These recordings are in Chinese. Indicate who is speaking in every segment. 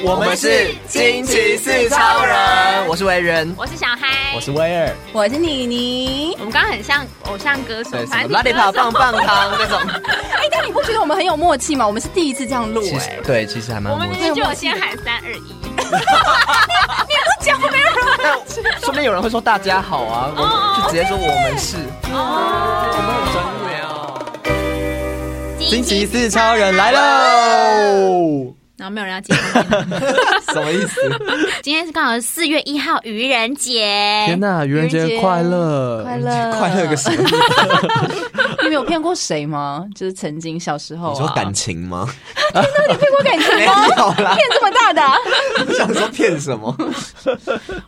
Speaker 1: 我们是惊奇四超人，我是维人，
Speaker 2: 我是小嗨，
Speaker 3: 我是威尔，
Speaker 4: 我是妮妮
Speaker 2: 我。们刚刚很像偶像歌手
Speaker 1: 对，，什
Speaker 2: 反
Speaker 1: 么
Speaker 2: 正
Speaker 1: 拉力跑棒棒糖那种，
Speaker 4: 哎、但你不觉得我们很有默契吗？我们是第一次这样录、
Speaker 1: 其
Speaker 4: 哎
Speaker 1: 实，对，其实还蛮
Speaker 2: 我
Speaker 1: 默
Speaker 2: 们明
Speaker 1: 契。
Speaker 2: 明就有先喊三二一，
Speaker 1: 但 说不定有人会说大家好啊，
Speaker 2: 哦
Speaker 1: 我就直接说我们是，
Speaker 2: 哦，
Speaker 1: 我们很专业哦。
Speaker 3: 惊奇四超人来喽！
Speaker 2: 然后没有人要接他电话。
Speaker 3: 什么意思？
Speaker 2: 今天是刚好是四月一号愚人节，
Speaker 3: 天哪，愚人节快乐！
Speaker 4: 快乐
Speaker 3: 快乐个什么？你
Speaker 4: 你们有骗过谁吗？就是曾经小时候、啊，
Speaker 3: 说感情吗？
Speaker 4: 骗过感情
Speaker 3: 没
Speaker 4: 吗？
Speaker 3: 有啦，
Speaker 4: 骗这么大 的啊、
Speaker 3: 想说骗什么？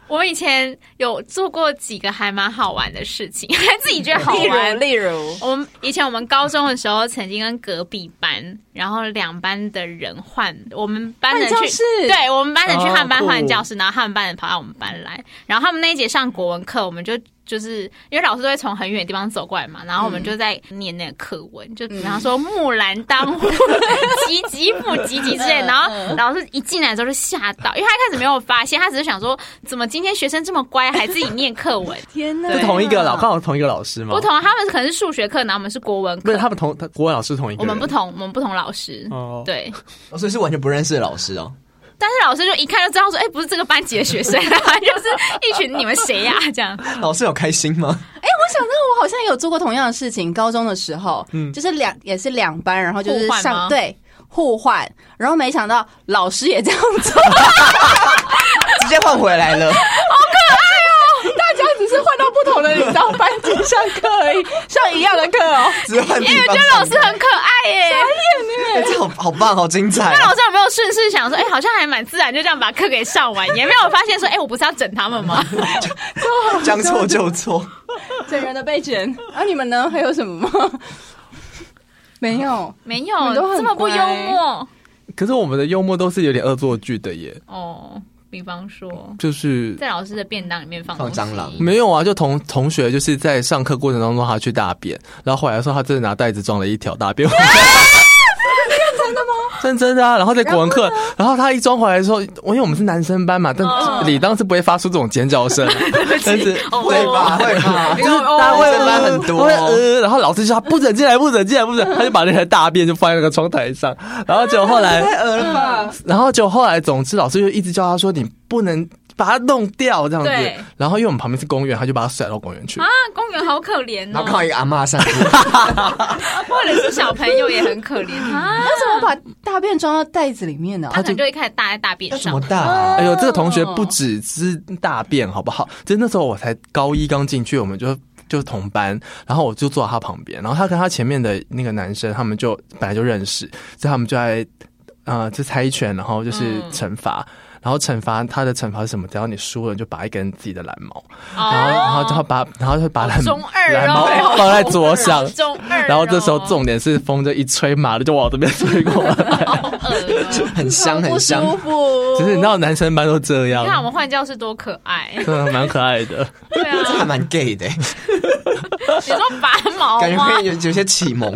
Speaker 2: 我以前有做过几个还蛮好玩的事情， 还自己觉得好玩。
Speaker 4: 例如，
Speaker 2: 我们以前我们高中的时候，曾经跟隔壁班，然后两班的人换，我们班的人
Speaker 4: 换
Speaker 2: 去
Speaker 4: 教室，
Speaker 2: 对我们班的去
Speaker 3: 哦
Speaker 2: 汉班
Speaker 3: 酷
Speaker 2: 换教室，然后汉班的跑到我们班来，然后他们那一节上国文课，我们就。就是因为老师都会从很远的地方走过来嘛，然后我们就在念那个课文，就比方说“木兰当户， 急急不急急”之类的，
Speaker 4: 嗯
Speaker 2: 然后
Speaker 4: 嗯
Speaker 2: 老师一进来之后就吓到，因为他一开始没有发现，他只是想说怎么今天学生这么乖，还自己念课 文。
Speaker 4: 天
Speaker 1: 啊
Speaker 4: 哪，
Speaker 3: 是同一个老，刚好同一个老师吗？
Speaker 2: 不，同，啊他们可能是数学课，然后我们是国文
Speaker 3: 不
Speaker 2: 课
Speaker 3: 是，他们同他国文老师同一个
Speaker 2: 我
Speaker 3: 人。
Speaker 2: 们不同，我们不同老师。
Speaker 3: 哦
Speaker 2: 对，
Speaker 1: 哦所以是完全不认识的老师哦，
Speaker 2: 但是老师就一看就知道说，哎、不是这个班级的学生，然后 就是一群你们谁呀、这样。
Speaker 3: 老师有开心
Speaker 4: 哎
Speaker 3: 吗？
Speaker 4: 我想到我好像有做过同样的事情，高中的时候，
Speaker 3: 嗯
Speaker 4: 就是两也是两班，然后就是
Speaker 2: 互换吗
Speaker 4: 上对互换，然后没想到老师也这样做，
Speaker 1: 直接换回来了。
Speaker 4: 大家只是换到不同的你知道班级上课而已，上一样的课哦。
Speaker 1: 只换地
Speaker 2: 因为哎
Speaker 1: 方
Speaker 2: 我觉得
Speaker 1: 上
Speaker 2: 老师很可爱耶、
Speaker 1: 哎这好好棒，好精彩
Speaker 2: 那
Speaker 1: 哦！
Speaker 2: 老师有没有顺势想说，哎、好像还蛮自然，就这样把课给上完，也没有发现说，哎、我不是要整他们吗？
Speaker 1: 将错就错，
Speaker 4: 整人的被 卷。然啊后你们呢？还有什么吗？ 没有，
Speaker 2: 没
Speaker 4: 你
Speaker 2: 有，
Speaker 4: 们都很
Speaker 2: 这么不幽默
Speaker 3: 可是我们的幽默都是有点恶作剧的耶，
Speaker 2: 哦。比方说，
Speaker 3: 就是
Speaker 2: 在老师的便当里面放
Speaker 1: 放
Speaker 2: 东西
Speaker 1: 蟑螂
Speaker 3: 没有啊，就同同学就是在上课过程当中，他去大便，然后回来的时候，他真的拿袋子装了一条 大便。真的吗？真的啊！然后在国文课，然后他一装回来的时候，我因为我们是男生班嘛，
Speaker 2: 哦
Speaker 3: 但理当是不会发出这种尖叫 声，但是
Speaker 2: 哦
Speaker 1: 会吧会吧，
Speaker 3: 就是大家会
Speaker 1: 男生班很多
Speaker 3: 会呃，然后老师就说不准进来，不准进来，不准，他就把那台大便就放在那个窗台上，然后结果后来
Speaker 1: 太恶了
Speaker 4: 啊
Speaker 1: 吧？
Speaker 3: 然后就后来，总之老师就一直叫他说：“你不能把它弄掉这样
Speaker 2: 对
Speaker 3: 子。”然后因为我们旁边是公园，他就把它甩到公园去
Speaker 2: 啊。，公园好可怜
Speaker 1: 然后看
Speaker 2: 哦
Speaker 1: 到，一个阿嬷上 去，
Speaker 2: 或者是小朋友也很可怜啊，
Speaker 4: 为什么把大便装到袋子里面呢？
Speaker 2: 他可能就一开始搭在大便
Speaker 1: 要怎
Speaker 2: 上
Speaker 1: 么。大啊？
Speaker 3: 哎呦，这个同学不只是大便，好不好？就那时候我才高一刚进去，我们就就同班，然后我就坐在他旁边，然后他跟他前面的那个男生，他们就本来就认识，所以他们就在呃就猜拳，然后就是
Speaker 2: 嗯
Speaker 3: 惩罚。然后惩罚他的惩罚是什么？只要你输了，你就拔一根自己的蓝毛，
Speaker 2: 哦
Speaker 3: 然后然后就要把然后就把蓝
Speaker 2: 中二
Speaker 3: 蓝毛
Speaker 2: 哦，好
Speaker 3: 放在桌上，
Speaker 2: 中二哦。
Speaker 3: 然后这时候重点是风就一吹，麻的就往我这边吹过来。
Speaker 2: 好恶 哦
Speaker 1: 很香
Speaker 4: 不
Speaker 1: 很
Speaker 4: 舒
Speaker 1: 香，
Speaker 4: 服。
Speaker 3: 只是你知道男生班都这样
Speaker 2: 你，看我们换教室多可爱，
Speaker 3: 真的蛮可爱的。
Speaker 2: 对啊，
Speaker 1: 这还蛮 gay 的，
Speaker 2: 你说拔毛
Speaker 1: 感觉
Speaker 2: 吗
Speaker 1: 可以？有有些启蒙。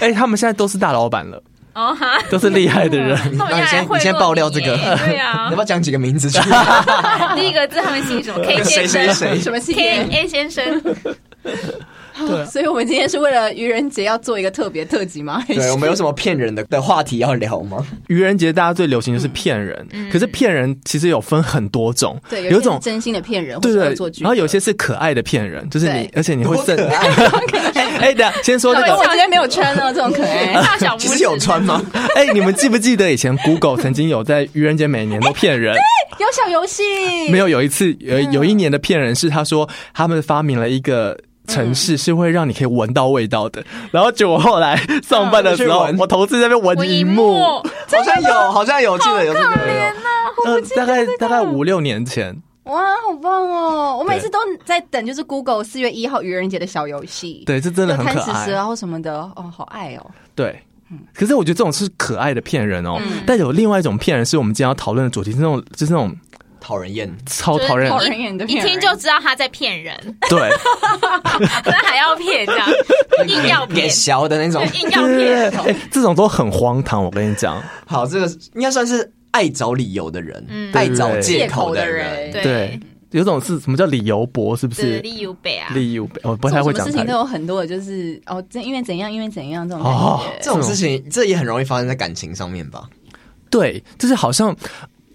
Speaker 3: 哎、他们现在都是大老板了，
Speaker 2: 哦哈，
Speaker 3: 都是厉害的人。
Speaker 2: 那我
Speaker 1: 那
Speaker 2: 原
Speaker 1: 你
Speaker 2: 来
Speaker 1: 先
Speaker 2: 会
Speaker 1: 你先爆料这个
Speaker 2: 耶对 啊
Speaker 1: 你要不，要讲几个名字 出来？
Speaker 2: 第一个字他们姓什 么？K
Speaker 1: 谁谁
Speaker 2: 先生
Speaker 1: 谁
Speaker 4: 什么系
Speaker 2: ，K
Speaker 4: 列？
Speaker 2: A 先生，
Speaker 3: 对啊
Speaker 4: 所以我们今天是为了愚人节要做一个特别特辑吗？
Speaker 1: 对，我们有什么骗人的的话题要聊吗？
Speaker 3: 愚人节大家最流行就是骗人，可是骗人其实有分很多种，
Speaker 4: 对，
Speaker 3: 有
Speaker 4: 有
Speaker 3: 一
Speaker 4: 一
Speaker 3: 种
Speaker 4: 种。真心的骗人，
Speaker 3: 对
Speaker 4: 或者
Speaker 3: 对
Speaker 4: 恶作，剧
Speaker 3: 然后有些是可爱的骗人，就是你
Speaker 4: 对，
Speaker 3: 而且你会
Speaker 1: 多
Speaker 3: 甚
Speaker 1: 可爱
Speaker 3: 哎，等一下先说那
Speaker 4: 那我
Speaker 3: 个，
Speaker 4: 今天没有穿呢，这种可爱。
Speaker 2: 大小拇
Speaker 1: 哎其
Speaker 2: 指
Speaker 1: 实有穿吗？
Speaker 3: 哎，你们记不记得以前 Google 曾经有在愚人节每年都骗人？
Speaker 4: 有小游戏，
Speaker 3: 没有，有一次有有一年的骗人是他说他们发明了一个。城市是会让你可以闻到味道的，然后结果后来上班的时
Speaker 1: 去，
Speaker 3: 候
Speaker 1: 闻
Speaker 3: 我同事在那边
Speaker 2: 我
Speaker 3: 闻
Speaker 2: 一
Speaker 3: 荧幕，
Speaker 2: 幕，
Speaker 1: 好像有，好像有，记得有这个有。
Speaker 2: 啊
Speaker 3: 呃，大概大概五六年前，
Speaker 4: 哇，好棒哦！我每
Speaker 3: 对
Speaker 4: 次都在等，就是 Google 四月一号愚人节的小游戏，，
Speaker 3: 对，这真的
Speaker 4: 有
Speaker 3: 很
Speaker 4: 贪
Speaker 3: 可
Speaker 4: 吃蛇
Speaker 3: 爱，
Speaker 4: 啊或什么的，哦，好爱哦。
Speaker 3: 对。可是我觉得这种是可爱的骗人哦，但有另外一种骗人是我们今天要讨论的主题，是那种就是那种
Speaker 1: 讨人厌。
Speaker 3: 超讨人
Speaker 4: 讨
Speaker 2: 就
Speaker 4: 人
Speaker 2: 是
Speaker 4: 厌的
Speaker 2: 一
Speaker 4: 骗人
Speaker 2: 听就知道他在骗人，
Speaker 3: 对，
Speaker 2: 那还要骗 这样，硬要
Speaker 1: 给
Speaker 2: 骗，
Speaker 1: 小的那种，
Speaker 2: 硬要骗。
Speaker 3: 对，哎， 这种都很荒唐，我跟你讲，
Speaker 1: 好，这个应该算是爱找理由的人，
Speaker 2: 嗯
Speaker 1: 爱找
Speaker 4: 借
Speaker 1: 借口
Speaker 4: 口
Speaker 1: 的
Speaker 4: 的
Speaker 1: 人
Speaker 4: 人，
Speaker 2: 对
Speaker 3: 对，有种是什么叫理由博，是不
Speaker 2: 是
Speaker 3: 是？
Speaker 2: 利有北啊，
Speaker 3: 理由博，我不太会
Speaker 4: 嗯做什么
Speaker 3: 讲
Speaker 4: 事
Speaker 3: 台
Speaker 4: 情
Speaker 3: 语
Speaker 4: 都。有很多的，就是哦，这因为怎样，因为怎样这种感
Speaker 3: 哦
Speaker 4: 觉。
Speaker 1: 这种事情，这也很容易发生在感情上面吧？
Speaker 3: 对，就是好像。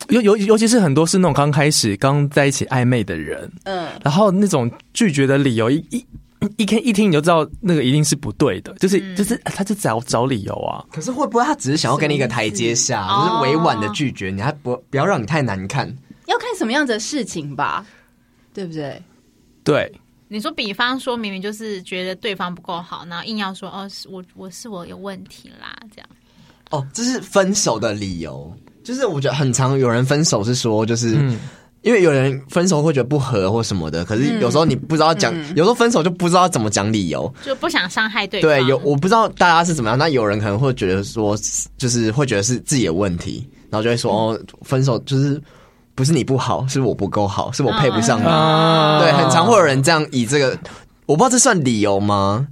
Speaker 3: 尤尤尤其是很多是那种刚开始刚在一起暧昧的人，
Speaker 4: 嗯，
Speaker 3: 然后那种拒绝的理由一一一听一听你就知道那个一定是不对的，就是、
Speaker 4: 嗯
Speaker 3: 就是啊他就找找理由啊，
Speaker 1: 可是会不会他只是想要给你一个台阶下，就是委婉的拒绝你，还不不要让你太难看？
Speaker 4: 要看什么样子的事情吧，对不对？
Speaker 3: 对
Speaker 2: 你说，比方说，明明就是觉得对方不够好，然后硬要说哦，是我我是我有问题啦，这样。
Speaker 1: 哦，这是分手的理由。就是我觉得很常有人分手是说，就是、因为有人分手会觉得不和或什么的，可是有时候你不知道讲，有时候分手就不知道怎么讲理由。
Speaker 2: 就不想伤害对方。
Speaker 4: 啊
Speaker 1: 对，有我不知道大家是怎么样，那有人可能会觉得说，就是会觉得是自己的问题，然后就会
Speaker 4: 嗯
Speaker 1: 说哦，分手就是不是你不好，是我不够好，是我配不上你。
Speaker 4: 嗯
Speaker 3: 啊
Speaker 1: 嗯对，很常会有人这样以这个，我不知道这算理由吗？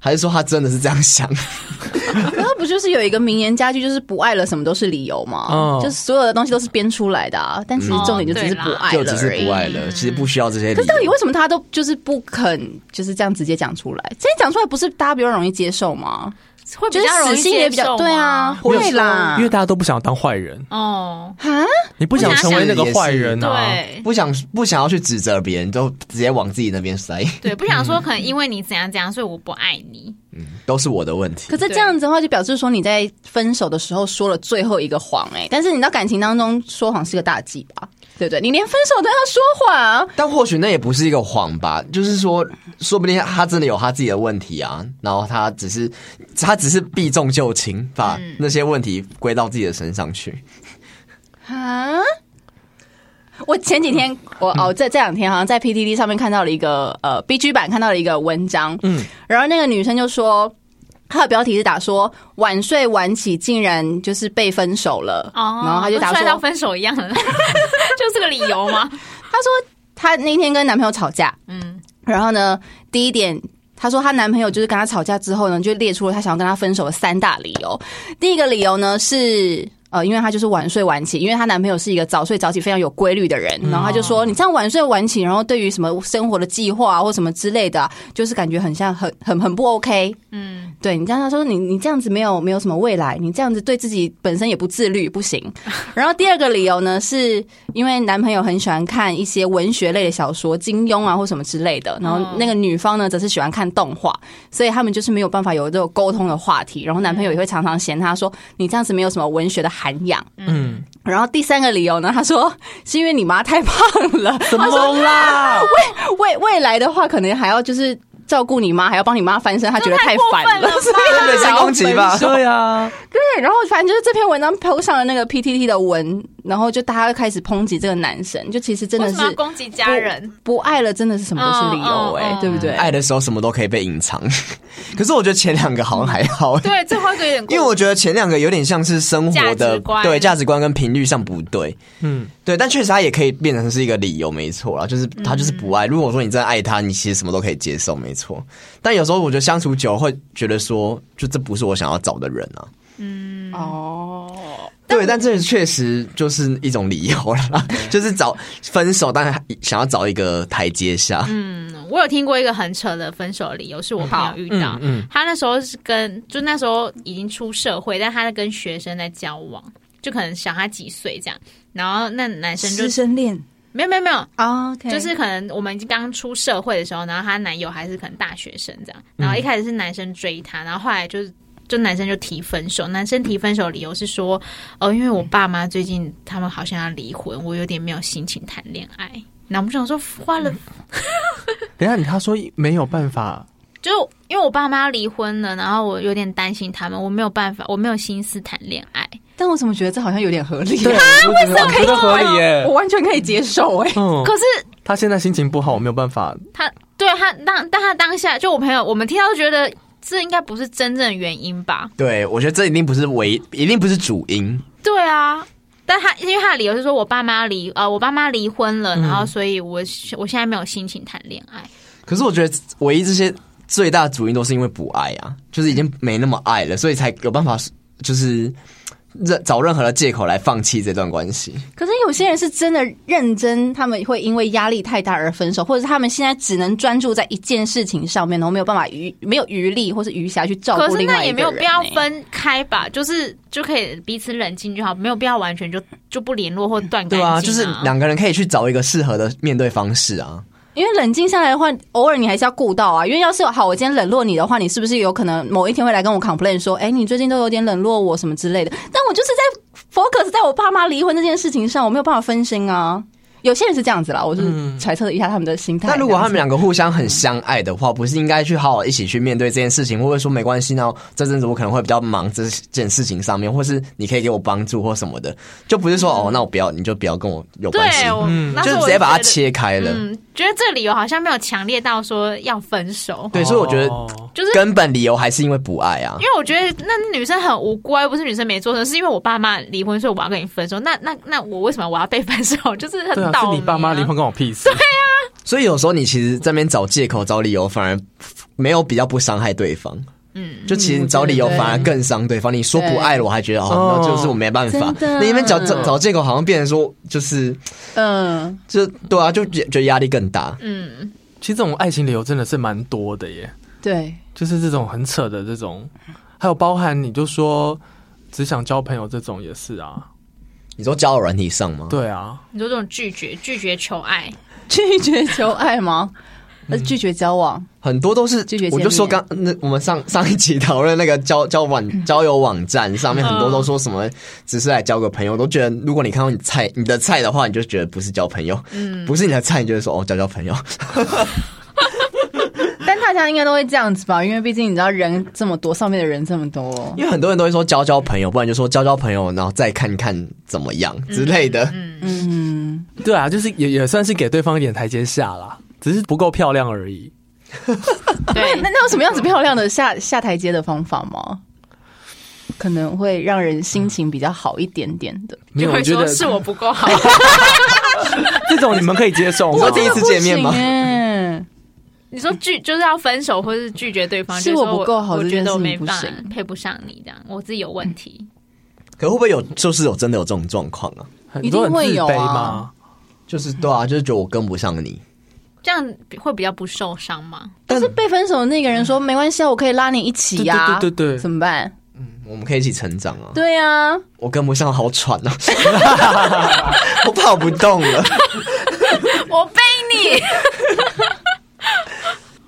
Speaker 1: 还是说他真的是这样想？
Speaker 4: 可他不就是有一个名言佳句，就是不爱了什么都是理由吗？
Speaker 3: 哦
Speaker 4: 就是所有的东西都是编出来的啊，但其实重点就只是不爱
Speaker 1: 就
Speaker 4: 了
Speaker 1: 只是
Speaker 4: 而已
Speaker 1: 不。爱了，其实不需要这些
Speaker 4: 可
Speaker 1: 理
Speaker 4: 是到底
Speaker 1: 由。
Speaker 4: 为什么他都就是不肯就是这样直接讲出来？直接讲出来不是大家比较容易接受吗？
Speaker 2: 会比
Speaker 4: 就是
Speaker 2: 较容
Speaker 4: 死
Speaker 2: 易
Speaker 4: 心也
Speaker 2: 接
Speaker 4: 比较
Speaker 2: 受
Speaker 4: 对啊，
Speaker 2: 吗。
Speaker 4: 会啦
Speaker 3: 因，为大家都不想当坏人，
Speaker 2: 哦，
Speaker 4: 啊，
Speaker 3: 你不想成为那个坏人啊，
Speaker 2: 对
Speaker 1: 不想不想要去指责别人，都直接往自己那边塞，
Speaker 2: 对，不想说可能因为你怎样怎样，所以我不爱你。
Speaker 1: 都是我的问题
Speaker 4: 可。是这样子的话，就表示说你在分手的时候说了最后一个谎，哎，但是你到感情当中说谎是个大忌吧？对不对？你连分手都要说谎，
Speaker 1: 但或许那也不是一个谎吧，就是说，说不定他真的有他自己的问题啊，然后他只是他只是避重就轻，把
Speaker 4: 嗯
Speaker 1: 那些问题归到自己的身上去。
Speaker 4: 啊！我前几天，我哦，这这两天好像在 PTT 上面看到了一个呃 BG 版看到了一个文章，嗯，然后那个女生就说，她的标题是打说晚睡晚起竟然就是被分手了，
Speaker 2: 哦，
Speaker 4: 然后她就打
Speaker 2: 帅到
Speaker 4: 说，
Speaker 2: 分手一样了， 就这个理由吗？
Speaker 4: 她说她那天跟男朋友吵架，
Speaker 2: 嗯，
Speaker 4: 然后呢，第一点，她说她男朋友就是跟她吵架之后呢，就列出了她想要跟她分手的三大理由。第一个理由呢是。呃，因为她就是晚睡晚起，因为她男朋友是一个早睡早起非常有规律的人，然后她就说你这样晚睡晚起，然后对于什么生活的计划啊或什么之类的啊，就是感觉很像很很很不 OK。嗯，对你这样，她说你你这样子没有没有什么未来，你这样子对自己本身也不自律，不行。然后第二个理由呢，是因为男朋友很喜欢看一些文学类的小说，金庸啊或什么之类的。然后那个女方呢，则是喜欢看动画，所以他们就是没有办法有这种沟通的话题。然后男朋友也会常常嫌她说：“你这样子没有什么文学的涵养。”
Speaker 3: 嗯，
Speaker 4: 然后第三个理由呢，他说是因为你妈太胖了。
Speaker 3: 怎么啦？
Speaker 4: 未未来的话，可能还要就是照顾你妈，还要帮你妈翻身，他觉得太烦了，所以他
Speaker 1: 人身
Speaker 4: 就想要
Speaker 1: 攻击吧，
Speaker 3: 对啊，
Speaker 4: 对，然后反正就是这篇文章 PO 上了那个 PTT 的文，然后就大家就开始抨击这个男生，就其实真
Speaker 2: 为
Speaker 4: 的
Speaker 2: 什
Speaker 4: 是
Speaker 2: 么要攻击家人？
Speaker 4: 不爱了，真的是什么都是理由
Speaker 2: 嗯
Speaker 4: 哎、
Speaker 2: 嗯
Speaker 4: 对不对？
Speaker 1: 爱的时候什么都可以被隐藏， 可是我觉得前两个好像还好，欸
Speaker 2: 对，最后一个有点过
Speaker 1: 因为我觉得前两个有点像是生活
Speaker 2: 价
Speaker 1: 的
Speaker 2: 值观
Speaker 1: 对价值观跟频率上不对，
Speaker 3: 嗯，
Speaker 1: 对，但确实他也可以变成是一个理由，没错啦，就是他就是不
Speaker 2: 嗯
Speaker 1: 爱。如果说你真的爱他，你其实什么都可以接受，没错。但有时候我觉得相处久了会觉得说，就这不是我想要找的人啊。
Speaker 4: 哦，
Speaker 1: 对，但这确实就是一种理由啦， 就是找分手，但还想要找一个台阶下。
Speaker 2: 嗯我有听过一个很扯的分手理由，是我朋友遇到
Speaker 3: 嗯，嗯
Speaker 2: 他那时候是跟就那时候已经出社会，但他在跟学生在交往，就可能小他几岁这样。然后那男生就
Speaker 4: 师生恋
Speaker 2: 没有没有没有，
Speaker 4: ，OK，
Speaker 2: 就是可能我们刚出社会的时候，然后她男友还是可能大学生这样，
Speaker 3: 嗯
Speaker 2: 然后一开始是男生追她，然后后来就是。就男生就提分手，男生提分手的理由是说，哦，因为我爸妈最近他们好像要离婚，我有点没有心情谈恋爱。那我们就想说，花了
Speaker 3: 等一下你他说没有 办法，
Speaker 2: 就因为我爸妈要离婚了，然后我有点担心他们，我没有办法，我没有心思谈恋爱。
Speaker 4: 但我怎么觉得这好像有点合理、
Speaker 3: 对，啊为什么可以合理耶
Speaker 4: 我？完全可以接受哎、
Speaker 3: 嗯，
Speaker 2: 可是
Speaker 3: 他现在心情不好，我没有办法，
Speaker 2: 他对他当但他当下就我朋友，我们听到就觉得这应该不是真正的原因吧？
Speaker 1: 对，我觉得这一定不是唯一，一定不是主因。
Speaker 2: 对啊，但她因为她的理由是说我爸妈离呃我爸妈离婚了，然后所以我我现在没有心情谈恋爱。
Speaker 1: 可是我觉得唯一这些最大的主因都是因为不爱啊，就是已经没那么爱了，所以才有办法就是任找任何的借口来放弃这段关系。
Speaker 2: 啊
Speaker 4: 可是有些人是真的认真，他们会因为压力太大而分手，或者是他们现在只能专注在一件事情上面，然后没有办法余没有余力或是余暇去照
Speaker 2: 可
Speaker 4: 顾
Speaker 2: 是
Speaker 4: 另
Speaker 2: 那
Speaker 4: 外一
Speaker 2: 也
Speaker 4: 个人、
Speaker 2: 没有必要。分开吧，就是就可以彼此冷静就好，没有必要完全就就不联络或断干
Speaker 1: 对
Speaker 2: 净、
Speaker 1: 啊，就是两个人可以去找一个适合的面对方式啊。
Speaker 4: 因为冷静下来的话，偶尔你还是要顾到啊。因为要是好，我今天冷落你的话，你是不是有可能某一天会来跟我 complain 说，哎，你最近都有点冷落我什么之类的？但我就是在 focus 在我爸妈离婚这件事情上，我没有办法分心啊。有些人是这样子啦，我就是揣测一下他们的心态。
Speaker 1: 那啊如果他们
Speaker 4: 这样
Speaker 1: 两个互相很相爱的话，不是应该去好好一起去面对这件事情，或者说没关系，那这阵子我可能会比较忙这件事情上面，或是你可以给我帮助或什么的，就不是说哦，那我不要，你就不要跟我有关系
Speaker 2: 对，，我那
Speaker 1: 就
Speaker 2: 时
Speaker 1: 是
Speaker 2: 候
Speaker 1: 直
Speaker 2: 我
Speaker 1: 接把它
Speaker 4: 哎
Speaker 2: 觉得。
Speaker 1: 切开了。
Speaker 2: 嗯，觉得这个理由好像没有强烈到说要分手，
Speaker 1: 对，所以我觉得
Speaker 3: 哦
Speaker 2: 就是
Speaker 1: 根本理由还是因为不爱啊
Speaker 2: 因。为我觉得那女生很无辜，又不是女生没做错，是因为我爸妈离婚，所以我要跟你分手。那那那我为什么我要被分手？就是很
Speaker 3: 对啊，
Speaker 2: 倒
Speaker 3: 是
Speaker 2: 霉、
Speaker 3: 你爸妈离婚，关我屁事。
Speaker 1: 所以有时候你其实这边找借口、找理由，反而没有比较不伤害对方。嗯，就其实你找理由
Speaker 4: 嗯我觉得
Speaker 1: 反而更伤对方。你说不爱了，我还觉得哦，那
Speaker 3: 哦
Speaker 1: 就是我没办法。
Speaker 4: 真的
Speaker 1: 那因为找找找借口，好像变成说就是
Speaker 4: 嗯，
Speaker 1: 就对啊，就觉觉得压力更大。
Speaker 2: 嗯，
Speaker 3: 其实这种爱情理由真的是蛮多的耶，
Speaker 4: 对。
Speaker 3: 就是这种很扯的这种，还有包含你就说只想交朋友这种也是啊，
Speaker 1: 你说交友软体上吗？，
Speaker 3: 对啊，
Speaker 2: 你说这种拒绝拒绝求爱，
Speaker 4: 拒绝求爱 吗？呃，拒绝交往，
Speaker 1: 很多都是
Speaker 4: 拒绝见面
Speaker 1: 我就说刚那我们上上一集讨论那个交交
Speaker 4: 嗯
Speaker 1: 网交友网站上面很多都说什么只是来交个朋友，都觉得如果你看到你菜你的菜的话，你就觉得不是交朋友，
Speaker 4: 嗯
Speaker 1: 不是你的菜，你就会说哦交交朋友。
Speaker 4: 但大家应该都会这样子吧？因为毕竟你知道人这么多，上面的人这么多，
Speaker 1: 因为很多人都会说交交朋友，不然就说交交朋友，然后再看看怎么样之类的。
Speaker 4: 嗯，
Speaker 3: 对啊，就是也也算是给对方一点台阶下啦，只是不够漂亮而已。
Speaker 2: 对，
Speaker 4: 那那有什么样子漂亮的下下台阶的方法吗？可能会让人心情比较好一点点的。
Speaker 3: 没有，
Speaker 2: 就
Speaker 3: 我
Speaker 2: 会
Speaker 3: 觉
Speaker 2: 说
Speaker 3: 得
Speaker 2: 是我不够 好，
Speaker 3: 这种你们可以接受
Speaker 1: 你
Speaker 3: 吗
Speaker 1: 说？第一次见面吗
Speaker 4: 不？行欸
Speaker 2: 你说拒就是要分手，或是拒绝对方，
Speaker 4: 是
Speaker 2: 就是
Speaker 4: 我
Speaker 2: 说
Speaker 4: 不够好
Speaker 2: 我
Speaker 4: 这
Speaker 2: 觉
Speaker 4: 件
Speaker 2: 得我
Speaker 4: 事
Speaker 2: 没
Speaker 4: 情不
Speaker 2: 办法
Speaker 4: 行
Speaker 2: 配不上你，这样我自己有问题。
Speaker 1: 可会不会有就是有真的有这种状况啊？
Speaker 3: 很多人自
Speaker 4: 一定会
Speaker 3: 卑
Speaker 4: 有
Speaker 3: 吗
Speaker 4: 啊？
Speaker 1: 就是对
Speaker 4: 嗯
Speaker 1: 啊，就是觉得我跟不上你。
Speaker 2: 这样会比较不受伤吗？
Speaker 4: 但是被分手的那个人说：“没关系啊，我可以拉你一起呀、
Speaker 3: 对对对对对
Speaker 4: 怎么办？
Speaker 1: 我们可以一起成长啊！
Speaker 4: 对呀、啊，
Speaker 1: 我跟不上，好喘啊！ 我跑不动了。
Speaker 2: 我背你，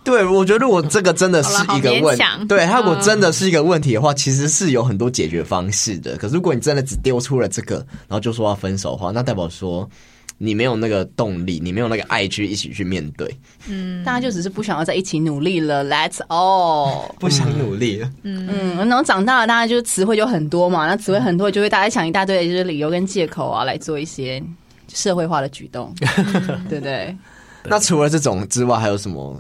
Speaker 1: 对，我觉得如果这个真的是一个问
Speaker 2: 好了好勉强
Speaker 1: 对它如果真的是一个问题的话，其实是有很多解决方式的。可是如果你真的只丢出了这个，然后就说要啊分手的话，那代表说你没有那个动力，你没有那个爱去一起去面对，
Speaker 4: 大家就只是不想要在一起努力了。Let's all。”
Speaker 1: 不想努力了。
Speaker 4: 嗯，然后长大了，大家就词汇就很多嘛，那词汇很多，就会大家想一大堆，就是理由跟借口啊，来做一些社会化的举 动，对不对？
Speaker 1: 那除了这种之外，还有什么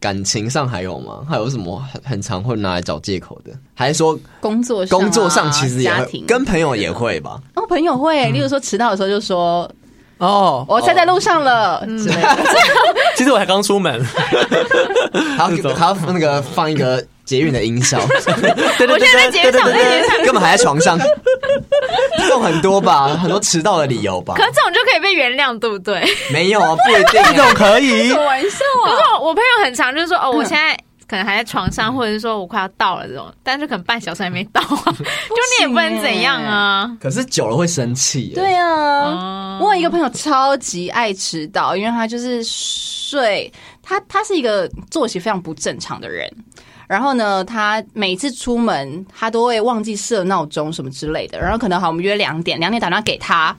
Speaker 1: 感情上还有吗？还有什么很很常会拿来找借口的？还是说
Speaker 4: 工作上啊、
Speaker 1: 工作上其实也
Speaker 4: 家
Speaker 1: 会，
Speaker 4: 庭啊
Speaker 1: 跟朋友也会吧？
Speaker 4: 哦朋友会，例如说迟到的时候就说
Speaker 3: 哦，
Speaker 4: 我塞在路上了之类的，
Speaker 3: 其实我才刚出门，
Speaker 1: 还要还要那个放一个捷运的音效，
Speaker 3: 对对
Speaker 2: 我现在在
Speaker 3: 对
Speaker 2: 结
Speaker 3: 对对
Speaker 2: 账，我
Speaker 3: 对
Speaker 2: 在结账。
Speaker 1: 根本还在床上，这种很多吧，很多迟到的理由吧
Speaker 2: 可？这种就可以被原谅，对不对？
Speaker 1: 没有啊，不一定
Speaker 3: 这
Speaker 1: 啊、
Speaker 3: 种可以
Speaker 4: 开个。玩笑
Speaker 2: 可
Speaker 4: 啊。
Speaker 2: 是我我朋友很常就是说，哦，
Speaker 3: 嗯
Speaker 2: 我现在可能还在床上，或者是说我快要到了这种，但是可能半小时还没到啊，就你也不能
Speaker 3: 欸
Speaker 2: 怎样啊。
Speaker 1: 可是久了会生气耶、
Speaker 4: 对啊
Speaker 2: 哦，
Speaker 4: 我有一个朋友超级爱迟到，因为他就是睡，他他是一个作息非常不正常的人。然后呢，他每次出门，他都会忘记设闹钟什么之类的。然后可能好，我们约两点，两点打电话给他，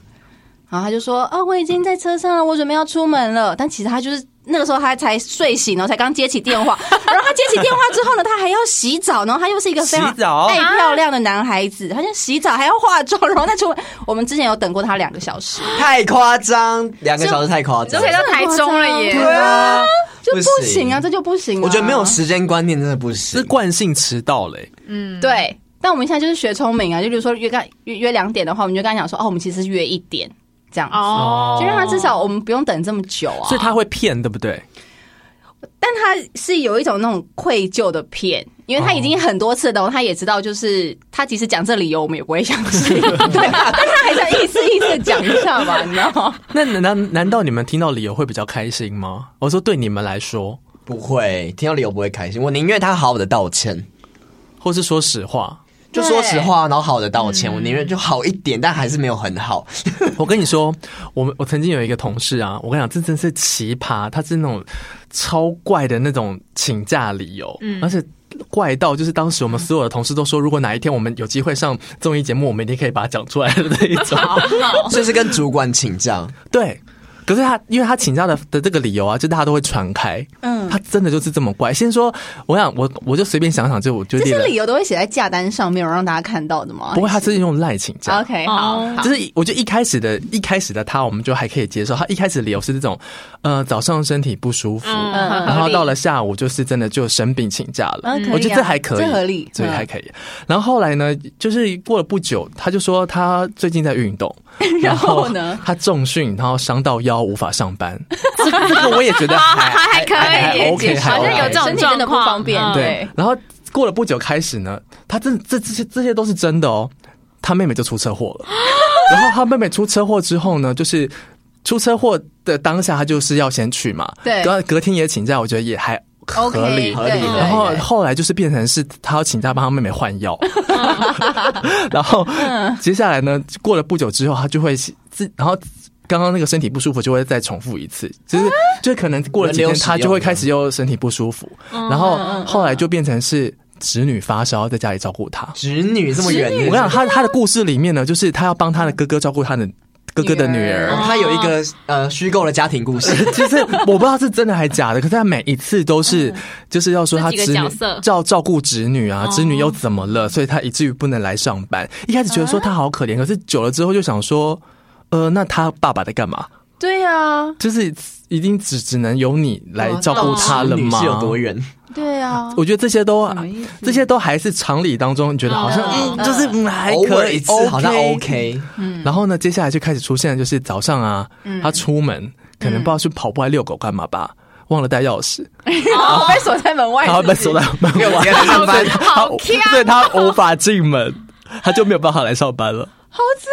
Speaker 4: 然后他就说：“啊、我已经在车上了，我准备要出门了。”但其实他就是那个时候他才睡醒，然后才刚接起电话。 然后他接起电话之后呢，他还要洗澡，然后他又是一个非常
Speaker 3: 洗澡
Speaker 4: 爱漂亮的男孩子，他就洗澡还要化妆，然后再出门。我们之前有等过他两个小时，
Speaker 1: 太夸张，两个小时太夸
Speaker 2: 你都
Speaker 1: 张
Speaker 2: 可。以到台中了耶，
Speaker 4: 对啊，就
Speaker 1: 不
Speaker 4: 不
Speaker 1: 行
Speaker 4: 行啊，这就不行、啊。
Speaker 1: 我觉得没有时间观念真的不行
Speaker 2: 嗯
Speaker 3: 是。惯性迟到嘞，
Speaker 4: 对。但我们现在就是学聪明啊，就比如说约干约约两点的话，我们就跟他讲说，哦，我们其实是约一点这样子，
Speaker 2: 哦，
Speaker 4: 就让他至少我们不用等这么久啊。
Speaker 3: 所以他会骗，对不对？
Speaker 4: 但他是有一种那种愧疚的骗，因为他已经很多次了，他也知道，就是他即使讲这理由，我们也不会相 信，对啊，但他还想意思意思地讲一下吧，你知道吗？
Speaker 3: 那难难难道你们听到理由会比较开心吗？我说对你们来说，
Speaker 1: 不会听到理由不会开心，我宁愿他好好的道歉，
Speaker 3: 或是说实 话，
Speaker 1: 就说实话，然后好好的道歉，我宁愿就好一点，但还是没有很好。
Speaker 3: 我跟你说，我们我曾经有一个同事啊，我跟你讲，这真是奇葩，他是那种超怪的那种请假理由，
Speaker 4: 嗯
Speaker 3: 而且。怪到就是当时我们所有的同事都说，如果哪一天我们有机会上综艺节目，我们一定可以把它讲出来的那一 种。
Speaker 1: 所以是跟主管请 假，
Speaker 3: 对，可是他因为他请假的的这个理由啊，就大家都会传开。嗯，他真的就是这么怪。先说，我想我我就随便想想，就我就
Speaker 4: 这
Speaker 3: 列
Speaker 4: 些
Speaker 3: 了
Speaker 4: 理。由都会写在价单上面，让大家看到的吗？
Speaker 3: 不过他是用赖请假。
Speaker 4: OK，好，
Speaker 2: 哦
Speaker 4: 好
Speaker 3: 就是我觉得一开始的一开始的他，我们就还可以接受。他一开始理由是这种，呃，早上身体不舒服，
Speaker 2: 嗯，
Speaker 4: 嗯
Speaker 2: 很
Speaker 3: 然
Speaker 2: 合
Speaker 3: 后
Speaker 2: 理
Speaker 3: 到了下午就是真的就生病请假了。
Speaker 4: 嗯可以啊
Speaker 3: 我觉得这还可以，
Speaker 4: 这合理
Speaker 3: 这
Speaker 4: 嗯
Speaker 3: 还可以。然后后来呢，就是过了不久，他就说他最近在运动，
Speaker 4: 嗯然后呢？
Speaker 3: 他重训，然后伤到腰无法上班。 这这个我也觉得还
Speaker 2: 还可以
Speaker 3: ，OK，还
Speaker 2: 好像有这种
Speaker 4: 身体真的不
Speaker 2: 状况
Speaker 4: 方便
Speaker 2: 嗯，
Speaker 3: 对。然后过了不久开始呢，他这这这些这些都是真的哦，他妹妹就出车祸了。 然后他妹妹出车祸之后呢，就是出车祸的当下，他就是要先去嘛。
Speaker 4: 对
Speaker 3: 隔隔天也请假，我觉得也还合
Speaker 4: OK，
Speaker 3: 理。
Speaker 1: 合理
Speaker 4: 对
Speaker 1: 的
Speaker 3: 然后
Speaker 4: 对
Speaker 3: 后来就是变成是他要请假帮他妹妹换 药，然后
Speaker 4: 嗯
Speaker 3: 接下来呢，过了不久之后，他就会自然后。刚刚那个身体不舒服就会再重复一次，
Speaker 4: 啊
Speaker 3: 就是就可能过了几
Speaker 1: 轮
Speaker 3: 天
Speaker 1: 流使
Speaker 3: 他就
Speaker 1: 用
Speaker 3: 会
Speaker 1: 的
Speaker 3: 开始又身体不舒服，
Speaker 2: 嗯
Speaker 3: 然后后来就变成是侄女发烧在家里照顾他。
Speaker 1: 侄女这么远，
Speaker 3: 我跟你讲，他他的故事里面呢，就是他要帮他的哥哥照顾他的哥哥的女
Speaker 4: 女儿
Speaker 3: 儿，
Speaker 1: 哦他有一个呃虚构的家庭故事，
Speaker 3: 其实我不知道是真的还假的，可是他每一次都是就是要说他
Speaker 2: 这几个
Speaker 3: 侄女
Speaker 2: 角色
Speaker 3: 照照顾侄女啊，侄女又怎么了，所以他以至于不能来上班。一开始觉得说他好可怜，可是久了之后就想说，呃，那他爸爸在干嘛？
Speaker 4: 对啊呀，
Speaker 3: 就是已经只只能由你来照顾他了
Speaker 1: 侄女
Speaker 3: 吗
Speaker 1: 是？有多远？
Speaker 4: 对啊呀，
Speaker 3: 我觉得这些都
Speaker 4: 么意思
Speaker 3: 啊这些都还是常理当中，你觉得好像
Speaker 2: 嗯
Speaker 3: 嗯，就是嗯还
Speaker 1: 嗯偶
Speaker 3: 可
Speaker 1: 尔
Speaker 3: 以
Speaker 1: 一，次好像
Speaker 3: OK
Speaker 1: OK，
Speaker 3: 然后呢，接下来就开始出现，就是早上啊，他出门可能不知道去跑步还遛狗干嘛吧，忘了带钥匙，
Speaker 4: 我哦被锁在门外，
Speaker 3: 然后啊被
Speaker 4: 是
Speaker 3: 锁
Speaker 4: 不
Speaker 3: 在
Speaker 4: 是
Speaker 3: 门
Speaker 1: 没有
Speaker 3: 外，
Speaker 1: 接来上班，
Speaker 3: 他所以他无法进门，他就没有办法来上班了。
Speaker 4: 好扯
Speaker 3: 嗯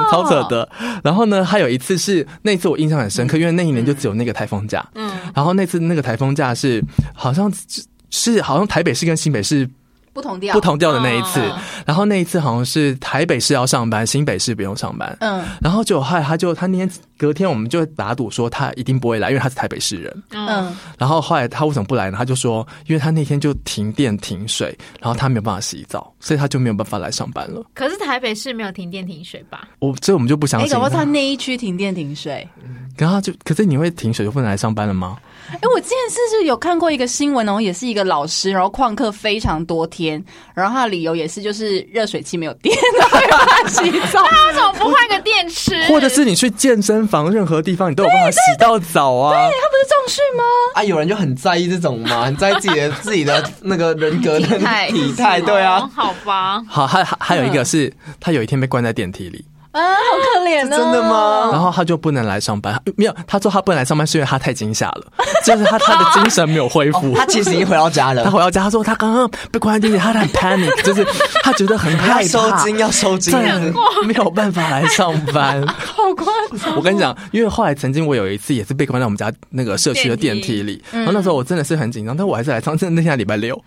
Speaker 4: 哦，
Speaker 3: 超扯的。然后呢，还有一次是那一次我印象很深刻，因为那一年就只有那个台风假。嗯，然后那次那个台风假是好像是是好像台北市跟新北市
Speaker 4: 不同调，嗯
Speaker 3: 不，同调的那一次
Speaker 2: 哦，
Speaker 3: 然后那一次好像是台北市要上班，新北市不用上班。
Speaker 4: 嗯，
Speaker 3: 然后就害他就他那天隔天我们就打赌说他一定不会来，因为他是台北市人。
Speaker 2: 嗯，
Speaker 4: 嗯，
Speaker 3: 然后后来他为什么不来呢？他就说，因为他那天就停电停水，然后他没有办法洗澡，所以他就没有办法来上班了。
Speaker 2: 可是台北市没有停电停水吧？
Speaker 3: 我所以我们就不相
Speaker 4: 哎，
Speaker 3: 信
Speaker 4: 搞不好他
Speaker 3: 他。
Speaker 4: 那一区停电停水。
Speaker 3: 然后他就可是你会停水就不能来上班了吗？
Speaker 4: 哎、我之前是不是有看过一个新闻哦，也是一个老师，然后旷课非常多天，然后他的理由也是就是热水器没有电，然后没有办法洗 澡。
Speaker 2: 为什么不换个电池？
Speaker 3: 或者是你去健身房任何地方你都有办法洗到澡啊？
Speaker 4: 他不是重训吗？
Speaker 1: 啊，有人就很在意这种嘛，很在意自己 的自己的那个人格的
Speaker 4: 体 态
Speaker 1: 体态，对
Speaker 2: 哦
Speaker 1: 啊，
Speaker 2: 好吧，
Speaker 3: 好，还还还有一
Speaker 4: 嗯
Speaker 3: 个是他有一天被关在电梯里，
Speaker 4: 啊，好可怜哦！
Speaker 1: 真的？吗？
Speaker 3: 然后他就不能来上班，没有，他说他不能来上班是因为他太惊吓了， 就是他他的精神没有恢复。
Speaker 1: 哦他其实已经回到家
Speaker 3: 哦他
Speaker 1: 了，
Speaker 3: 回到家，他说他刚刚被关在电梯，他很 panic，就是他觉得很
Speaker 1: 要
Speaker 3: 害
Speaker 1: 收
Speaker 3: 怕，
Speaker 1: 金要收金
Speaker 3: 真，的没有办法来上班。
Speaker 4: 好夸张！
Speaker 3: 我跟你讲，因为后来曾经我有一次也是被关在我们家那个社区的电梯里，然后那时候我真的是很紧张，但我还是来上，真的那天还礼拜六，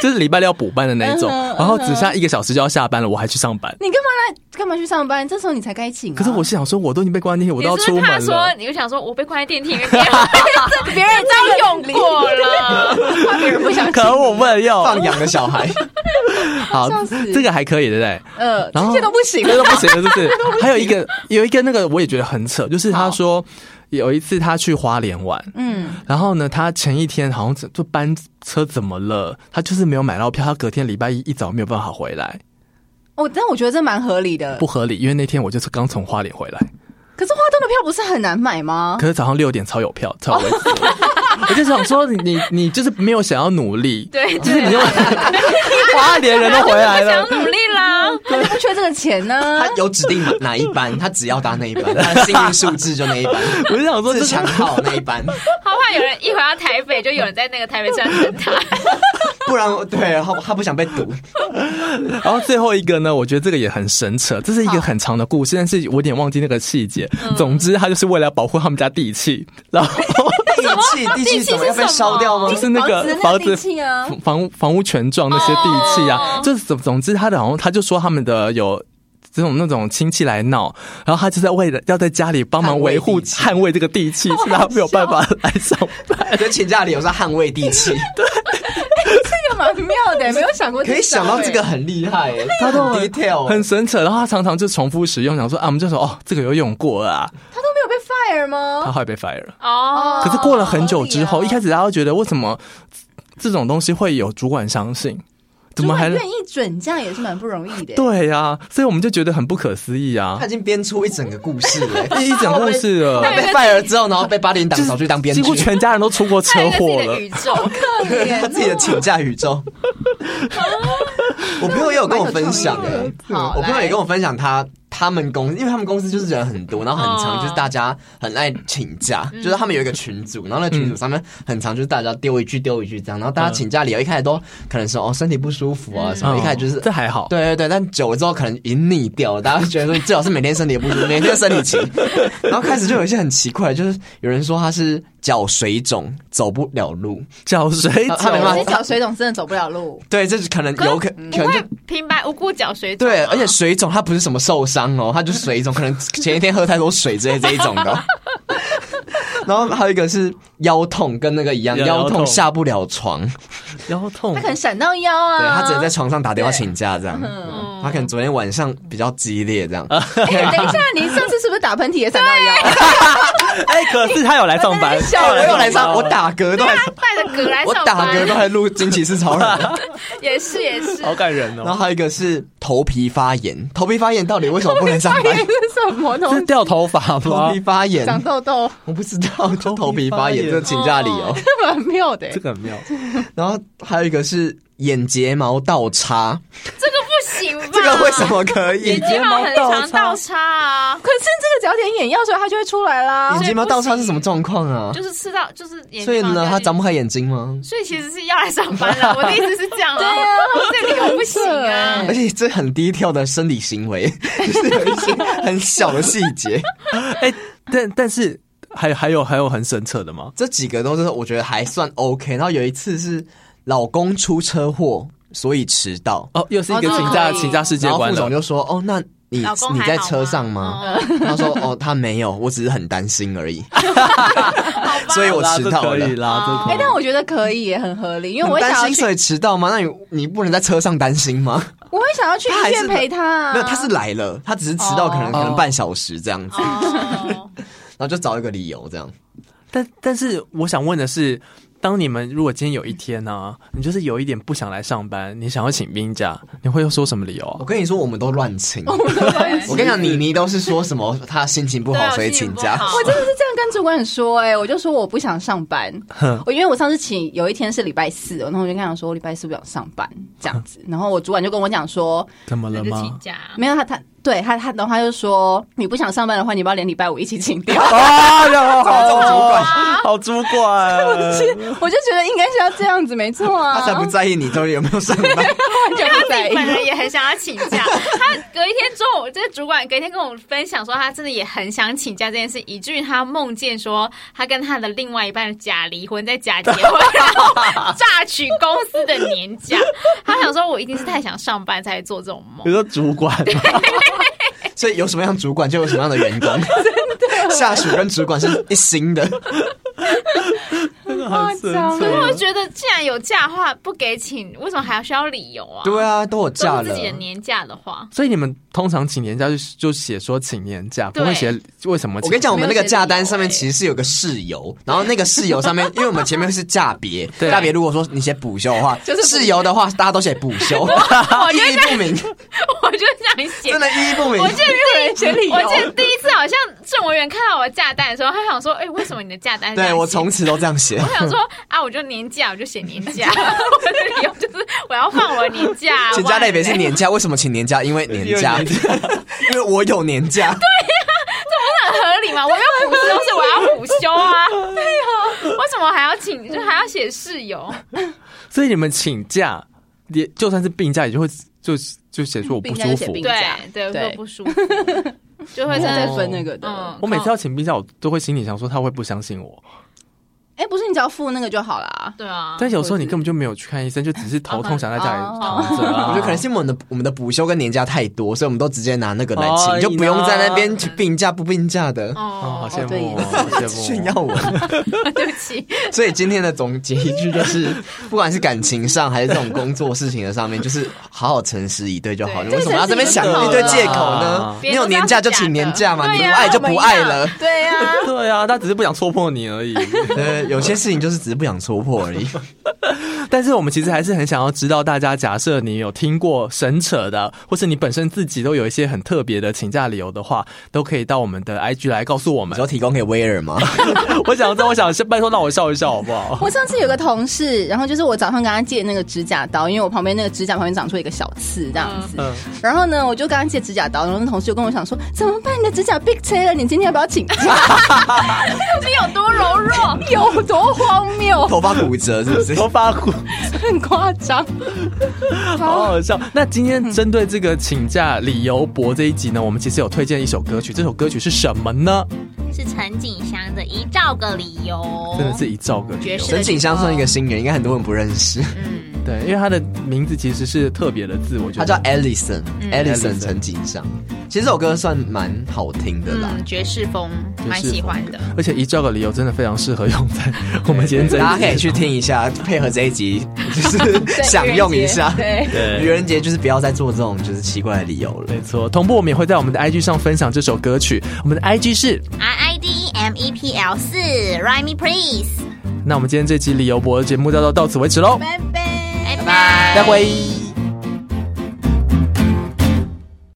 Speaker 3: 就是礼拜六要补班的那一种，
Speaker 4: 嗯哼
Speaker 3: 然后只剩下一个小时就要下班了，我还去上班。
Speaker 4: 你干嘛来？干嘛去上班？这时候你才该请、啊。
Speaker 3: 可是我是想说，我都已经被关在电梯，我
Speaker 2: 你
Speaker 3: 都要
Speaker 2: 是
Speaker 3: 出
Speaker 2: 不是怕
Speaker 3: 门
Speaker 2: 说
Speaker 3: 了，，
Speaker 2: 你就想说我被关在电梯里面，别人 别人 在用过了，
Speaker 4: 怕别人不想
Speaker 3: 可
Speaker 4: 请，
Speaker 3: 我为了要
Speaker 1: 放 养的小孩，
Speaker 3: 好
Speaker 4: 笑死，
Speaker 3: 这个还可以，对不 对？
Speaker 4: 呃，
Speaker 3: 然
Speaker 4: 这
Speaker 3: 后
Speaker 4: 些都不行
Speaker 3: 这。 都不行了，就是。还有一个有一个那个我也觉得很扯，就是他说有一次他去花莲玩，
Speaker 4: 嗯，
Speaker 3: 然后呢，他前一天好像就班车怎么了，他就是没有买到票，他隔天礼拜一一早没有办法回来，
Speaker 4: 哦，但我觉得这蛮合理的
Speaker 3: 嗯不。合理，因为那天我就是刚从花莲回来，
Speaker 4: 可是花动的票不是很难买吗？
Speaker 3: 可是早上六点超有票， 超有位置。我就想说你，你你就是没有想要努 力，
Speaker 2: 对
Speaker 3: 就是你就 花莲人都回来
Speaker 2: 想
Speaker 3: 了，
Speaker 2: 努力啦，
Speaker 4: 他就不缺这个钱 呢
Speaker 1: 他。有指定哪一班，他只要搭那一班，他的幸运数字就那一班，
Speaker 3: 我就想说这
Speaker 1: 自强号那一班，
Speaker 2: 好怕有人一回到台北就有人在那个台北站等 他。
Speaker 1: 不然对，然后他不想被堵。
Speaker 3: 然后最后一个呢，我觉得这个也很神扯，这是一
Speaker 2: 好
Speaker 3: 个很长的故事，但是我有点忘记那个细节。总之，他就是为了保护他们家地契，然后
Speaker 1: 地契，地契怎么要被烧掉吗
Speaker 3: 就？是那个
Speaker 4: 房子那
Speaker 3: 房
Speaker 4: 个地
Speaker 3: 子
Speaker 4: 契啊，
Speaker 3: 房房屋权状那些地契啊
Speaker 2: 哦，
Speaker 3: 就是总总之，他的好像他就说他们的有。这种那种亲戚来闹，然后他就在为了要在家里帮忙维护、
Speaker 1: 捍
Speaker 3: 捍卫这个地契，所以他没有办法来上班。
Speaker 1: 就请假理由是捍卫地契，
Speaker 4: 这个蛮妙的，没有想过。
Speaker 1: 可以想到这个，很厉害耶，
Speaker 3: 他都
Speaker 1: 很 detail，
Speaker 3: 很神扯，然后他常常就重复使用，想说啊，我们就说哦，这个有用过了啊，
Speaker 4: 他都没有被 fire
Speaker 3: 他
Speaker 4: 吗？
Speaker 3: 后来被 fire 了。
Speaker 2: 哦，
Speaker 3: 可是过了很久之后，
Speaker 4: 合理啊
Speaker 3: 一开始大家都觉得为什么这种东西会有主管相信？怎么还
Speaker 4: 主管愿意准这样也是蛮不容易的。
Speaker 3: 对啊呀、所以我们就觉得很不可思议啊
Speaker 1: 他！已经编出一整个故事 了。
Speaker 3: 一整故事 了
Speaker 1: 他，被 fire 了之后，然后被八点档扫去当编
Speaker 3: 几
Speaker 1: 剧，
Speaker 3: 乎全家人都出过
Speaker 2: 他
Speaker 1: 哎
Speaker 2: 有
Speaker 3: 车
Speaker 2: 一个
Speaker 3: 祸
Speaker 2: 自己
Speaker 3: 了
Speaker 2: 的。宇 宙，
Speaker 1: 他 自己的请假宇宙。我朋友也有跟我分享
Speaker 4: 蛮有创意
Speaker 1: 哎
Speaker 4: 的，好
Speaker 1: 我朋友也
Speaker 4: 来
Speaker 1: 跟我分享他他们公司，因为他们公司就是人很多，然后很
Speaker 2: 哦
Speaker 1: 长，就是大家很爱请假，就是他们有一个群组，然后那群组上面很长，就是大家丢一句丢一句这样，然后大家请假理由一开始都可能说哦身体不舒服啊
Speaker 3: 嗯
Speaker 1: 什么，一开始就是
Speaker 3: 这还好，
Speaker 1: 对对对，但久了之后可能已经腻掉了，大家就觉得说最好是每天身体也不舒服，每天生理期，然后开始就有一些很奇怪，就是有人说他是脚水肿，走不了路，
Speaker 3: 脚水
Speaker 1: 他他没办
Speaker 4: 这
Speaker 1: 法
Speaker 3: 肿，
Speaker 4: 小水桶真的走不了路，
Speaker 1: 对，这是可能有可可
Speaker 2: 不
Speaker 1: 能
Speaker 2: 会
Speaker 1: 就。
Speaker 2: 平白无故脚水肿啊。
Speaker 1: 对，而且水肿它不是什么受伤哦，它就水肿，可能前一天喝太多水之类这一种的哦、然后还有一个是腰痛，跟那个一样，
Speaker 3: 腰
Speaker 1: 腰
Speaker 3: 痛
Speaker 1: 痛下不了床，
Speaker 3: 腰痛
Speaker 4: 他可，能闪到腰啊。
Speaker 1: 对他只能在床上打电话请假这样。嗯他可能昨天晚上比较激烈这样，
Speaker 4: 哎等一下，你上次是不是打喷嚏也闪到腰？
Speaker 3: 哎，可是他有来上班，
Speaker 1: 下午我又来上，我打嗝都还，
Speaker 2: 带着嗝来
Speaker 1: 我
Speaker 2: 上
Speaker 1: 打嗝都
Speaker 2: 班，
Speaker 1: 还录惊奇是超人。
Speaker 2: 也是也是。
Speaker 3: 好感人
Speaker 1: 然后
Speaker 3: 哦。
Speaker 1: 还有一个是头皮发炎，头皮发炎到底为什么不能上班？
Speaker 4: 哎是什么东
Speaker 3: 是
Speaker 4: 西？
Speaker 3: 掉头发
Speaker 1: 头
Speaker 3: 吗
Speaker 1: 皮？发炎，
Speaker 4: 长痘痘，
Speaker 1: 我不知道，就头皮发炎
Speaker 3: 头皮发炎
Speaker 1: 这请假理由。
Speaker 2: 哦
Speaker 4: 蛮妙的。
Speaker 3: 这个很妙，
Speaker 1: 然后还有一个是眼睫毛倒插，
Speaker 2: 这个不行吧？
Speaker 1: 这个为什？么可以？
Speaker 2: 眼睫毛很长倒插啊，
Speaker 4: 可是这个只要点眼药水，它就会出来啦
Speaker 1: 眼。睫毛倒插是什么状况啊？
Speaker 2: 就是吃到就是眼。
Speaker 1: 所以呢，它张。不开眼睛吗？
Speaker 2: 所以其实是要来上班 了，我的意思是这样了。对啊，这理由不行啊
Speaker 4: 对。
Speaker 1: 而且这很低调的生理行为， 就是有一些很小的细节。
Speaker 3: 哎，但但是还还有还有很神扯的吗？
Speaker 1: 这几个都是我觉得还算 OK。然后有一次是老公出车祸，所以迟到，
Speaker 3: 哦，又是一
Speaker 4: 哦这
Speaker 3: 个
Speaker 4: 个
Speaker 3: 请
Speaker 4: 可
Speaker 3: 假
Speaker 4: 以
Speaker 3: 请假世界
Speaker 1: 然后
Speaker 3: 观
Speaker 1: 副总
Speaker 3: 了。
Speaker 1: 就说：“哦，那你
Speaker 2: 老公
Speaker 1: 你
Speaker 2: 还
Speaker 1: 在
Speaker 2: 好
Speaker 1: 车上吗？”他说：“哦，他没有，我只是很担心而已。
Speaker 2: 好吧，
Speaker 1: 所以我
Speaker 3: 啦
Speaker 1: 迟
Speaker 3: 这
Speaker 1: 到
Speaker 3: 哦可
Speaker 1: 了
Speaker 3: 以啦，这可
Speaker 4: 哎
Speaker 3: 以，
Speaker 4: 但我觉得可以，也很合理，因为我
Speaker 1: 很
Speaker 4: 会想
Speaker 1: 担
Speaker 4: 要
Speaker 1: 心，所
Speaker 4: 去，
Speaker 1: 以迟到吗？那你你不能在车上担心吗？
Speaker 4: 我会想要去医院陪他啊。
Speaker 1: 没有，他是来了，他只是迟到，
Speaker 4: 哦
Speaker 1: 可能可
Speaker 3: 哦
Speaker 1: 能半小时这样子，
Speaker 2: 哦
Speaker 1: 然后就找一个理由这样。
Speaker 3: 但但是我想问的是，当你们如果今天有一天呢、你就是有一点不想来上班，你想要请病假，你会说什么理由
Speaker 1: 我
Speaker 3: 啊？
Speaker 1: 跟你说，我们都乱请。
Speaker 4: 哦
Speaker 2: 对
Speaker 1: 我跟你讲， 妮妮都是说什么他心情不好，所以请假
Speaker 2: 对我。
Speaker 4: 我真的是这样跟主管说、哎，我就说我不想上班。我因为我上次请有一天是礼拜四，然后我就跟他说我礼拜四不想上班这样 子，然后我主管就跟我讲说，
Speaker 3: 怎么
Speaker 2: 那
Speaker 3: 了
Speaker 2: 就请
Speaker 3: 吗？
Speaker 2: 假。
Speaker 4: 没有他他对他他，然后他就说你不想上班的话，你要不要连礼拜五一起请 掉？
Speaker 3: 啊，
Speaker 1: 哦
Speaker 3: 然后好主管， 好主管，
Speaker 4: 我就觉得应该是要这样子，没错 啊，
Speaker 1: 他才不在意你到底有没有上班。
Speaker 4: 完 全不在
Speaker 2: 本
Speaker 4: 意。
Speaker 2: 人也很想要请假，他隔一天中午，这个主管隔一天跟我分享说，他真的也很想请假这件事，以至于他梦见说他跟他的另外一半假离婚，再假结婚，然后榨取公司的年假。他想说，我一定是太想上班才做这种梦
Speaker 3: 你。说主管吗，
Speaker 1: 所以有什么样的主管就有什么样的 员工，下属跟主管是一心的。
Speaker 3: 很神
Speaker 4: 夸张
Speaker 2: 可是我
Speaker 3: 奇。
Speaker 2: 觉得，既然有假的话不给请，为什么还要需要理由啊？
Speaker 1: 对啊，都有
Speaker 2: 都
Speaker 1: 假
Speaker 2: 是
Speaker 1: 了
Speaker 2: 自。己的年假的话，
Speaker 3: 所以你们通常请年假就就写说请年假，不
Speaker 2: 对
Speaker 3: 会写为什么请？
Speaker 1: 我跟你讲，我们那个
Speaker 4: 没有写理由
Speaker 1: 假单上面
Speaker 4: 欸
Speaker 1: 其实是有个室友，然后那个室友上面， 因为我们前面是假别，
Speaker 3: 对
Speaker 1: 假别如果说你写补休的话，
Speaker 4: 就是补休
Speaker 1: 室友的话，大家都写补 休， 意义不明，
Speaker 2: 我就想写
Speaker 1: 真。的意义不明
Speaker 2: 我。记得
Speaker 4: 有人写理由
Speaker 2: 我记得第一次好像是郑文远看到我的假单的时候，他想说：“哎、为什么你的假单是这样
Speaker 1: 对
Speaker 2: 写？”
Speaker 1: 我从此都这样写
Speaker 2: 我。想说啊，我就年假，我就写年假。 我的理由就是我要放我的年假。
Speaker 1: 请假类别是年假，为什么请年假？因为年假， 因为我有年假。
Speaker 2: 我很合理嘛？我要补休是我要补休啊。对哦，为什么还要请？就还要写室友？
Speaker 3: 所以你们请假，也就算是病假，也就会就就写出我不
Speaker 4: 病假
Speaker 3: 舒
Speaker 4: 就写
Speaker 3: 服
Speaker 4: 病。假
Speaker 2: 对对，
Speaker 4: 对哦
Speaker 2: 会不舒服，就会真
Speaker 4: 在
Speaker 2: 的
Speaker 4: 分那个的。
Speaker 2: 嗯。
Speaker 3: 我每
Speaker 4: 哦
Speaker 3: 次要请病假，我都会心里想说他会不相信我，
Speaker 4: 哎、不是你只要付那个就好啦。
Speaker 2: 对啊，
Speaker 3: 但有时候你根本就没有去看医生，就只是头
Speaker 4: 哦
Speaker 3: 痛想在家里躺着啊。
Speaker 1: 我觉得可能是因为我们的我们的补休跟年假太多，所以我们都直接拿那个来请，
Speaker 3: 哎
Speaker 1: 就不用在那边去病假不病假的
Speaker 3: 哦，好
Speaker 2: 哦，
Speaker 3: 羡
Speaker 4: 对
Speaker 3: 慕
Speaker 4: 耶
Speaker 3: 哦，好羡慕
Speaker 1: 炫耀我。
Speaker 2: 对不起，
Speaker 1: 所以今天的总结一句就是，不管是感情上还是这种工作事情的上面，就是好好诚实以对就好。
Speaker 2: 对
Speaker 1: 你为什么要这边想
Speaker 3: 这
Speaker 1: 一
Speaker 3: 个
Speaker 1: 堆
Speaker 3: 是
Speaker 1: 借口
Speaker 3: 啊
Speaker 1: 呢？你有年假就请年假嘛，你
Speaker 2: 对
Speaker 1: 不
Speaker 2: 啊
Speaker 1: 爱就不爱了。
Speaker 4: 对呀、
Speaker 3: 对啊，他只是不想戳破你而已。
Speaker 1: 呃，有些事情就是只是不想戳破而已。
Speaker 3: 但是我们其实还是很想要知道大家，假设你有听过神扯的，或是你本身自己都有一些很特别的请假理由的话，都可以到我们的 IG 来告诉我
Speaker 1: 你
Speaker 3: 们
Speaker 1: 说。提供给威尔吗？
Speaker 3: 我想知道，我想先拜托让我笑一笑好不好？
Speaker 4: 我上次有个同事，然后就是我早上跟他借那个指甲刀，因为我旁边那个指甲旁边长出一个小刺这样子。
Speaker 3: 嗯
Speaker 4: 然后呢，我就跟他借指甲刀，然后那同事就跟我讲说：“怎么办？你的指甲 big 切了，你今天要不要请假？
Speaker 2: 你有多柔弱？
Speaker 4: 有多荒谬，
Speaker 1: 头发骨折是不 是？
Speaker 3: 头发苦，
Speaker 4: 很夸张。
Speaker 3: 好好笑。那今天针对这个请假理由博这一集呢，我们其实有推荐一首歌曲，这首歌曲是什么呢？
Speaker 2: 是陈景祥的一兆个理由，
Speaker 3: 真的是一兆个理
Speaker 2: 哦爵
Speaker 3: 由
Speaker 2: 士。
Speaker 1: 沈景香算一个新人，应该很多人不认识。
Speaker 2: 嗯，
Speaker 3: 对，因为他的名字其实是特别的字，我觉
Speaker 1: 他
Speaker 3: 得
Speaker 1: 叫 Alison，Alison
Speaker 3: Alison
Speaker 1: 陈景香。其实这首歌算蛮好听的啊啦，
Speaker 2: 嗯，爵士风蛮喜欢的。
Speaker 3: 而且一兆个理由真的非常适合 用在我们今天这一集。
Speaker 1: 大家可以去听一下，配合这一集就是享用一下。
Speaker 4: 对，
Speaker 3: 对
Speaker 1: 愚人节就是不要再做这种就是奇怪的理由了。
Speaker 3: 没错，同步我们也会在我们的 IG 上分享这首歌曲。我们的 IG 是，
Speaker 2: R I D M E P L 四，Rhyme me please，
Speaker 3: 那我们今天这期理由博的节目就到到此为止喽，
Speaker 2: 拜拜，拜
Speaker 3: 拜拜。